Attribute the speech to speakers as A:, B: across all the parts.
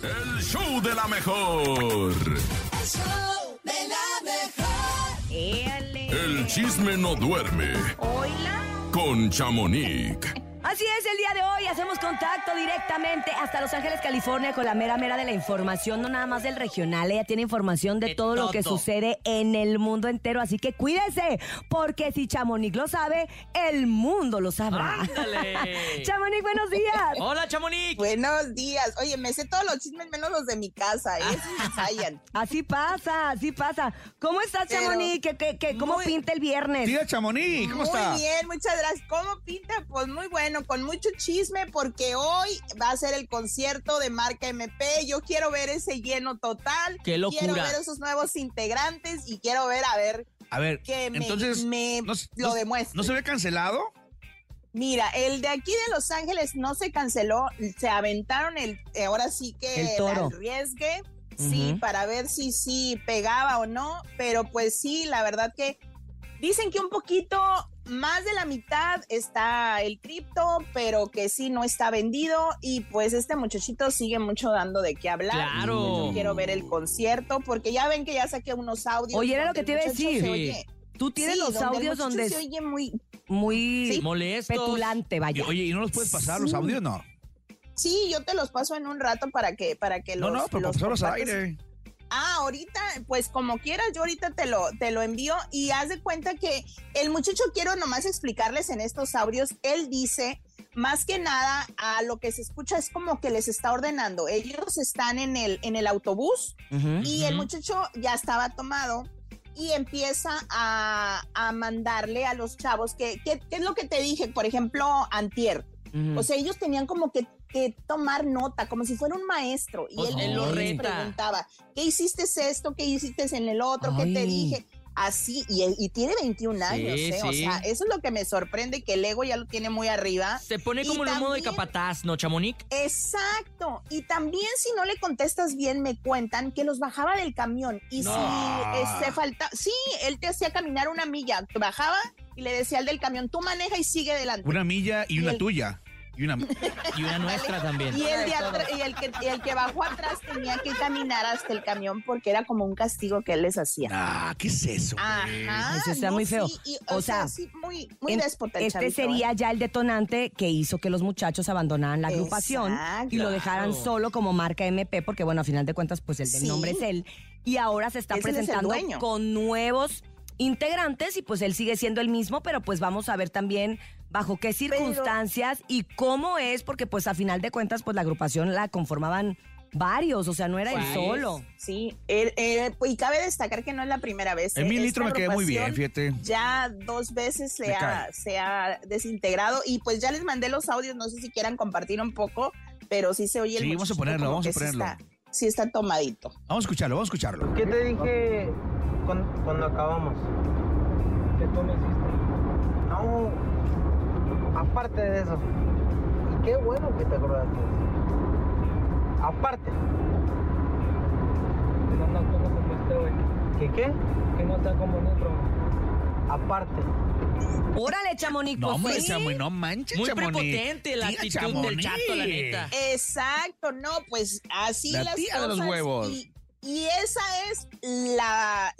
A: El show de la mejor.
B: El show de la mejor.
C: Éale.
A: El chisme no duerme.
C: Hola.
A: Con Chamonix.
C: Así es, el día de hoy hacemos contacto directamente hasta Los Ángeles, California, con la mera mera de la información, no nada más del regional, ella tiene información de,
D: De
C: todo, lo que
D: todo.
C: sucede en el mundo entero, así que cuídese, porque si Chamonix lo sabe, el mundo lo sabrá.
D: Ándale.
C: Chamonix, buenos días.
D: Hola, Chamonix.
E: Buenos días. Oye, me sé todos los chismes menos los de mi casa, ¿eh? Esos me ensayan.
C: Así pasa, así pasa. ¿Cómo estás,
E: Pero-
C: Chamonix? ¿Qué, qué, qué, ¿Cómo
E: Muy-
C: pinta el viernes?
F: Tía Chamonix, ¿cómo
E: muy
F: está?
E: bien, muchas gracias. ¿Cómo pinta? Pues muy bueno, con mucho chisme, porque hoy va a ser el concierto de marca MP. Yo quiero ver ese lleno total.
D: Qué locura.
E: Quiero ver esos nuevos integrantes y quiero ver a ver
F: A ver,
E: que me,
F: entonces,
E: me
F: no se-
E: lo
F: no-
E: demuestre.
F: ¿no se ve cancelado?
E: Mira, el de aquí de Los Ángeles no se canceló, se aventaron el, eh, ahora sí que
C: El toro.
E: arriesgue, sí,
D: Ujú.
E: para ver si sí pegaba o no, pero pues sí, la verdad que dicen que un poquito más de la mitad está el cripto, pero que sí no está vendido y pues este muchachito sigue mucho dando de qué hablar.
D: Claro.
E: Yo quiero ver el concierto porque ya ven que ya saqué unos audios.
C: Oye, era lo
E: donde
C: que te
E: el
C: iba a
E: muchacho
C: decir.
E: se
D: Sí.
E: oye-
C: Tú tienes
E: sí,
C: los
E: donde el
C: audios
E: muchacho se
C: donde es
E: oye muy
C: muy
E: Sí.
D: Molesto.
C: petulante,
F: Y,
C: vaya.
F: oye, ¿y no los puedes pasar los
E: Sí.
F: audios? No.
E: Sí, yo te los paso en un rato para que para que
F: no,
E: los
F: no, pero
E: los
F: pasarlos al
E: compartas.
F: aire.
E: Ah, ahorita pues como quieras, yo ahorita te lo te lo envío y haz de cuenta que el muchacho quiero nomás explicarles en estos audios, él dice más que nada a lo que se escucha es como que les está ordenando. Ellos están en el en el autobús y el
D: Ujú.
E: muchacho ya estaba tomado y empieza a, a mandarle a los chavos que, que- ¿qué es lo que te dije, por ejemplo, antier.
C: Ujú.
E: O sea, ellos tenían como que, que tomar nota, como si fuera un maestro. Y
D: Pues,
E: él,
D: él
C: lo
E: les
D: reta.
E: preguntaba, ¿qué hiciste esto? ¿Qué hiciste en el otro? ¿Qué te
C: Ay.
E: dije? Así, y, él- y tiene 21 años, ¿eh? O
D: sí.
E: sea, eso es lo que me sorprende, que el ego ya lo tiene muy arriba.
D: Se pone
E: Y
D: como en un modo de
E: también-
D: capataz, ¿no, Chamonix?
E: Exacto. Y también si no le contestas bien, me cuentan que los bajaba del camión. Y
F: No.
E: si eh, se falta, sí, él te hacía caminar una milla, te bajaba y le decía al del camión, tú maneja y sigue adelante.
F: Una milla y una
E: Sí.
F: tuya. Y una.
D: Y una nuestra también.
E: Y el, de atra- y el que, y el que bajó atrás tenía que caminar hasta el camión porque era como un castigo que él les hacía.
F: Ah, ¿qué es eso?
E: Ajá.
C: Eso está muy feo.
E: sí, y,
C: O
E: o, sea,
C: sea,
E: sí, muy, muy
C: en-
E: déspota el
C: Este
E: chavito, ¿eh?
C: sería ya el detonante que hizo que los muchachos abandonaran la agrupación
E: Exacto.
C: y lo dejaran
D: Claro.
C: solo como marca MP, porque bueno, a final de cuentas, pues el del
E: Sí.
C: nombre es él. Y ahora se está
E: Ese es el
C: presentando
E: dueño.
C: con nuevos integrantes y pues él sigue siendo el mismo, pero pues vamos a ver también bajo qué circunstancias y cómo es, porque pues a final de cuentas, pues la agrupación la conformaban varios, o sea, no era él
D: Pues,
C: solo.
E: Sí, él- él- y cabe destacar que no es la primera vez.
F: En
E: eh,
F: mi
E: esta
F: litro me quedé muy bien,
E: agrupación
F: fíjate.
E: Ya dos veces se
F: Me
E: ha,
F: cae.
E: se ha desintegrado y pues ya les mandé los audios, no sé si quieran compartir un poco, pero sí se oye el
F: Sí, vamos a
E: muchachito
F: ponerlo,
E: como
F: vamos a
E: que sí
F: ponerlo.
E: está- sí está tomadito.
F: Vamos a escucharlo, vamos a escucharlo.
G: Pues, ¿Qué te dije cuan- cuando, acabamos? Que tú me hiciste. No, aparte de eso. Y qué bueno que te acordaste. de eso. Aparte. Que no tan como este güey. ¿Qué qué? Que no tan como nuestro. Aparte.
C: Órale, Chamonix,
F: No,
C: pues,
F: hombre,
C: sí.
F: Chamonix, no manches,
D: Muy
F: Chamonix.
D: prepotente la
F: Tía
D: actitud del chato, la
F: Chamonix.
D: neta.
E: Exacto, no, pues así
F: La
E: las
F: tía de los
E: cosas.
F: huevos.
E: Y, y esa es la,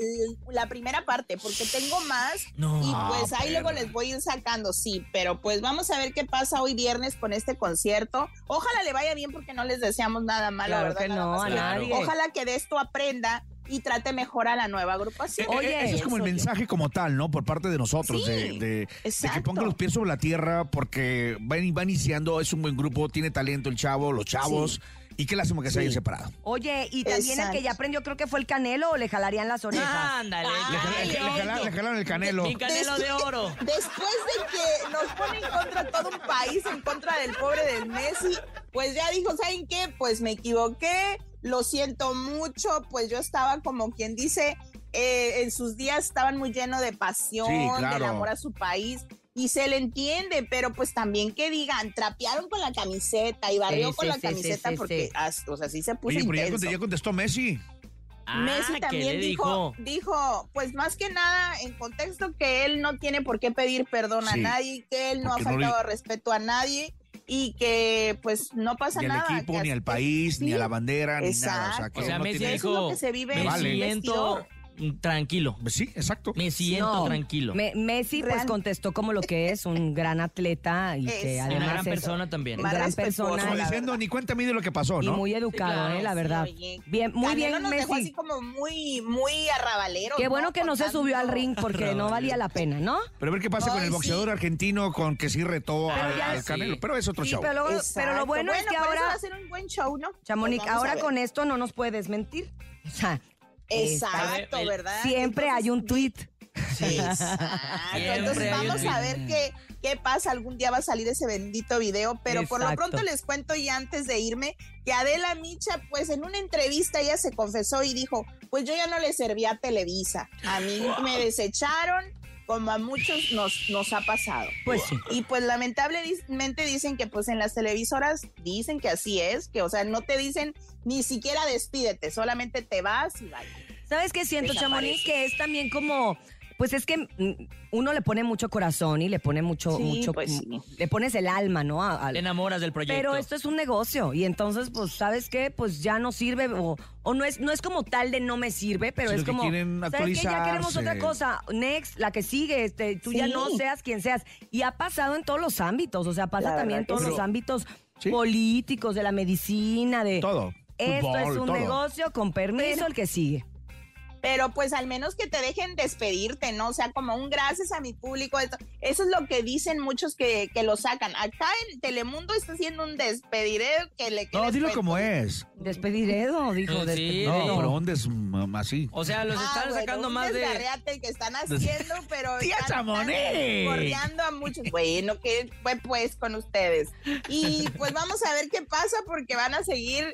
E: la primera parte, porque tengo más.
D: No.
E: Y
F: Ah,
E: pues ahí luego
F: perra.
E: les voy a ir sacando, sí, pero pues vamos a ver qué pasa hoy viernes con este concierto. Ojalá le vaya bien porque no les deseamos nada malo,
C: Claro
E: ¿verdad?
C: que
E: Nada
C: no,
E: más
C: a
E: que-
C: nadie.
E: Ojalá que de esto aprenda y trate mejor a la nueva agrupación.
F: Eh, eh,
C: Oye,
F: ese es como el
E: Eso yo.
F: mensaje como tal, ¿no? Por parte de nosotros,
E: Sí,
F: de- de, De que
E: Exacto.
F: ponga los pies sobre la tierra porque va, in- va iniciando, es un buen grupo, tiene talento el chavo, los chavos. Y qué lástima que se hayan separado.
C: Oye, y también el que
E: Exacto.
C: ya aprendió, creo que fue el Canelo, o le jalarían las orejas.
D: Ándale.
E: Ay,
F: Le, jala-
E: Ay,
F: le jala- le jala- le jalaron el canelo.
D: Mi canelo de oro.
E: Después de que nos pone en contra todo un país, en contra del pobre del Messi, pues ya dijo, ¿saben qué? Pues me equivoqué, lo siento mucho, pues yo estaba como quien dice, eh, en sus días estaban muy llenos de pasión,
F: Sí, claro.
E: del amor a su país. Y se le entiende, pero pues también que digan, trapearon con la camiseta y barrió
C: Sí,
E: con
C: sí,
E: la
C: sí,
E: camiseta
C: sí, sí,
E: porque,
C: sí.
E: as- o sea, sí se puso
F: Oye, pero ya,
E: intenso.
F: conte- ya contestó Messi.
D: Ah,
E: Messi
D: ¿qué
E: también
D: le
E: dijo, dijo, pues más que nada en contexto que él no tiene por qué pedir perdón a
F: Sí,
E: nadie, que él no ha
F: porque no le-
E: faltado respeto a nadie y que pues no pasa
F: Ni al
E: nada.
F: equipo,
E: que
F: ni
E: así
F: al
E: que-
F: país, ni a la
E: Sí,
F: bandera, ni nada. O sea,
E: Exacto.
F: que
D: O sea,
F: no
D: Messi
F: tiene-
E: Eso es lo
D: dijo,
E: que se vive
D: me
E: en el
D: siento mm,
E: vestidor".
D: tranquilo.
F: Sí, exacto.
D: Me siento
C: No,
D: tranquilo.
C: Me- Messi pues
E: Real-
C: contestó como lo que es, un gran atleta y que
E: Es-
D: Y
C: además
D: una gran
C: es
D: persona también.
E: Más
C: gran
E: respetuoso,
C: persona
F: Como
E: la
F: diciendo,
E: verdad.
F: ni cuenta mide lo que pasó,
C: y
F: ¿no?
C: muy educado,
D: claro,
C: eh, la
D: sí,
C: verdad.
E: oye.
C: bien, muy
E: Canelo
C: bien
E: nos dejó así
C: Messi.
E: como muy, muy arrabalero.
C: Qué bueno que no se
E: Con
C: subió al
E: tanto-
C: ring porque no valía la pena, ¿no?
F: Pero a ver qué pasa con
E: Ay,
F: el
E: sí.
F: boxeador argentino con que sí retó
C: Pero
F: al,
C: ya-
F: al Canelo.
D: sí.
F: Pero es otro
C: Sí,
F: show.
C: pero, luego- pero
E: Exacto.
C: lo bueno, es que
E: por eso va
C: ahora,
E: a ser un buen show, ¿no?
C: Chamonix,
E: Pues vamos a
C: ahora
E: ver.
C: con esto no nos puede desmentir. O sea,
E: Exacto,
D: Sabe,
E: ¿verdad?
C: siempre hay un tuit.
E: Exacto.
D: Siempre
E: Ah, Entonces
D: hay un Mm.
E: vamos a
D: tweet.
E: ver qué, qué pasa. Algún día va a salir ese bendito video, pero por lo
C: Exacto.
E: pronto les cuento y antes de irme que Adela Micha, pues en una entrevista ella se confesó y dijo, pues yo ya no le servía a Televisa. A mí me desecharon como a muchos nos, nos ha pasado.
C: Pues sí.
E: Y pues lamentablemente dicen que pues en las televisoras dicen que así es, que o sea, no te dicen ni siquiera despídete, solamente te vas y bye.
C: ¿Sabes qué siento, Chamonix?
E: Desaparece.
C: Que es también como, pues es que mm, uno le pone mucho corazón y le pone mucho,
E: Sí,
C: mucho, mm,
E: pues sí.
C: le pones el alma, ¿no? A- a-
D: Te enamoras del proyecto.
C: pero esto es un negocio y entonces, pues, ¿sabes qué? Pues ya no sirve o, o no es no es como tal de no me sirve, pero
F: Sino
C: es
F: que
C: como
F: quieren
C: ¿sabes qué? Ya queremos
F: actualizarse.
C: otra cosa, next, la que sigue, este, tú ya
E: Sí.
C: no seas quien seas y ha pasado en todos los ámbitos, o sea, pasa
E: La verdad
C: también en
E: que
C: todos
F: sí.
C: los ámbitos
F: Sí.
C: políticos, de la medicina, de
F: Todo.
C: Esto
F: Fútbol,
C: es un
F: todo.
C: negocio con permiso el que sigue.
E: Pero pues al menos que te dejen despedirte, ¿no? O sea, como un gracias a mi público. Esto- Eso es lo que dicen muchos que, que lo sacan. Acá en Telemundo está haciendo un despediré que le que
F: No,
E: les
F: dilo
E: cuento.
F: como es.
C: Despediredo, dijo.
D: Sí,
C: despediredo.
F: No,
D: Eh, Sí, no.
F: pero ¿dónde es mm, así?
D: O sea, los
E: Ah,
D: están
E: bueno,
D: sacando
E: un
D: más de.
E: desgarriate que están haciendo, pero.
F: ¡Tía
E: están- están
F: Chamonix!
E: Gorreando a muchos. Bueno, que fue pues con ustedes. Y pues vamos a ver qué pasa porque van a seguir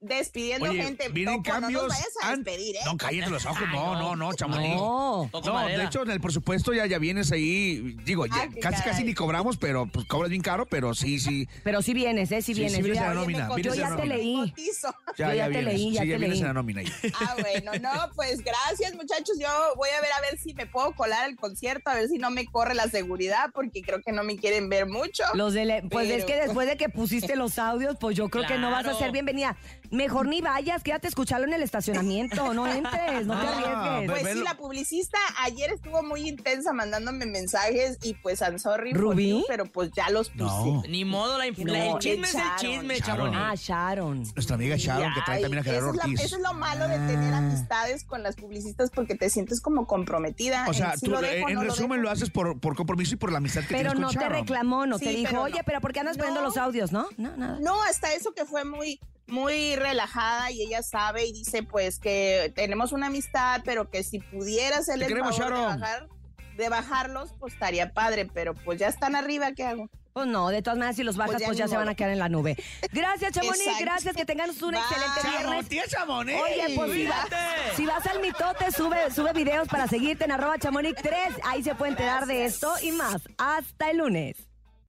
E: despidiendo
F: Oye,
E: gente.
F: vienen
E: Topo,
F: cambios.
E: No nos vayas a
F: an-
E: despedir, ¿eh?
F: No, cállate los ojos.
D: Ay,
F: No,
D: no.
F: no, no, chamonix.
C: No.
D: Toco
F: No,
D: madera.
F: de hecho, en el presupuesto ya, ya vienes ahí, digo, ya
E: Ay, qué
F: casi casi
E: caray.
F: ni cobramos, pero pues cobras bien caro, pero sí, sí,
C: Pero si vienes, ¿eh? Si
F: Sí,
C: vienes.
F: sí vienes
C: Ya-
F: a la
E: Oye, me
F: nómina,
E: cotizo,
F: vienes
C: Yo
F: a
C: ya
F: la
C: te
F: nómina.
C: leí.
E: cotizo.
F: Ya,
C: Yo
F: ya,
C: ya te
F: vienes,
C: leí, ya
F: sí, ya
C: te
F: vienes
C: leí.
F: en la nómina. ahí.
E: Ah, bueno, no, pues gracias muchachos. Yo voy a ver a ver si me puedo colar al concierto, a ver si no me corre la seguridad, porque creo que no me quieren ver mucho.
C: Los de la- pues es que
E: Pero-
C: después de que pusiste los audios, pues yo creo que no vas a
D: Claro.
C: ser bienvenida. Mejor ni vayas, quédate a escucharlo en el estacionamiento, no entres, no te
F: Ah,
C: arriesgues.
E: Pues
F: ve-
E: sí,
F: velo.
E: la publicista ayer estuvo muy intensa mandándome mensajes y pues I'm sorry, for
C: ¿Rubí?
E: you, pero pues ya los puse.
F: No,
D: Ni modo, la infla-
E: No,
D: el chisme es el
E: echaron,
D: chisme,
F: echaron.
D: chamonix.
C: Ah, Sharon.
F: nuestra amiga Sharon, que trae
E: Ay,
F: también a
E: eso
F: Gerardo
E: es lo-
F: Ortiz.
E: eso es lo malo de tener
F: Ah.
E: amistades con las publicistas porque te sientes como comprometida.
F: O sea,
E: en si
F: tú,
E: lo dejo,
F: eh, en
E: no
F: resumen,
E: dejo.
F: lo haces por, por compromiso y por la amistad que
C: Pero
F: tienes
C: no
F: con
C: te
F: Sharon.
C: reclamó, no te
E: Sí,
C: dijo,
E: pero no.
C: oye, pero ¿por qué andas poniendo
E: No.
C: los audios, no? No, nada.
E: No, hasta eso que fue muy, muy relajada y ella sabe y dice pues que tenemos una amistad, pero que si pudiera hacerle
F: Te
E: el
F: queremos,
E: favor de
F: Sharon.
E: bajar, de bajarlos, pues estaría padre, pero pues ya están arriba, ¿qué hago?
C: Pues no, de todas maneras, si los bajas,
E: Pues
C: pues
E: ya
C: ya,
E: ni
C: se van a
E: modo.
C: quedar en la nube. Gracias, Chamonix,
E: Exacto.
C: gracias, que tengan un
E: Bye.
C: excelente viernes.
F: tía Chamonix!
C: Oye, pues si, va-
D: Cuídate.
C: si vas al mitote, sube, sube videos para seguirte en arroba chamonix 3. Ahí se puede enterar de esto y más. Hasta el lunes.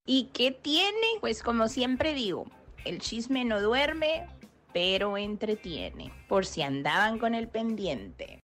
H: ¿Y qué tiene? Pues como siempre digo, el chisme no duerme, pero entretiene, por si andaban con el pendiente.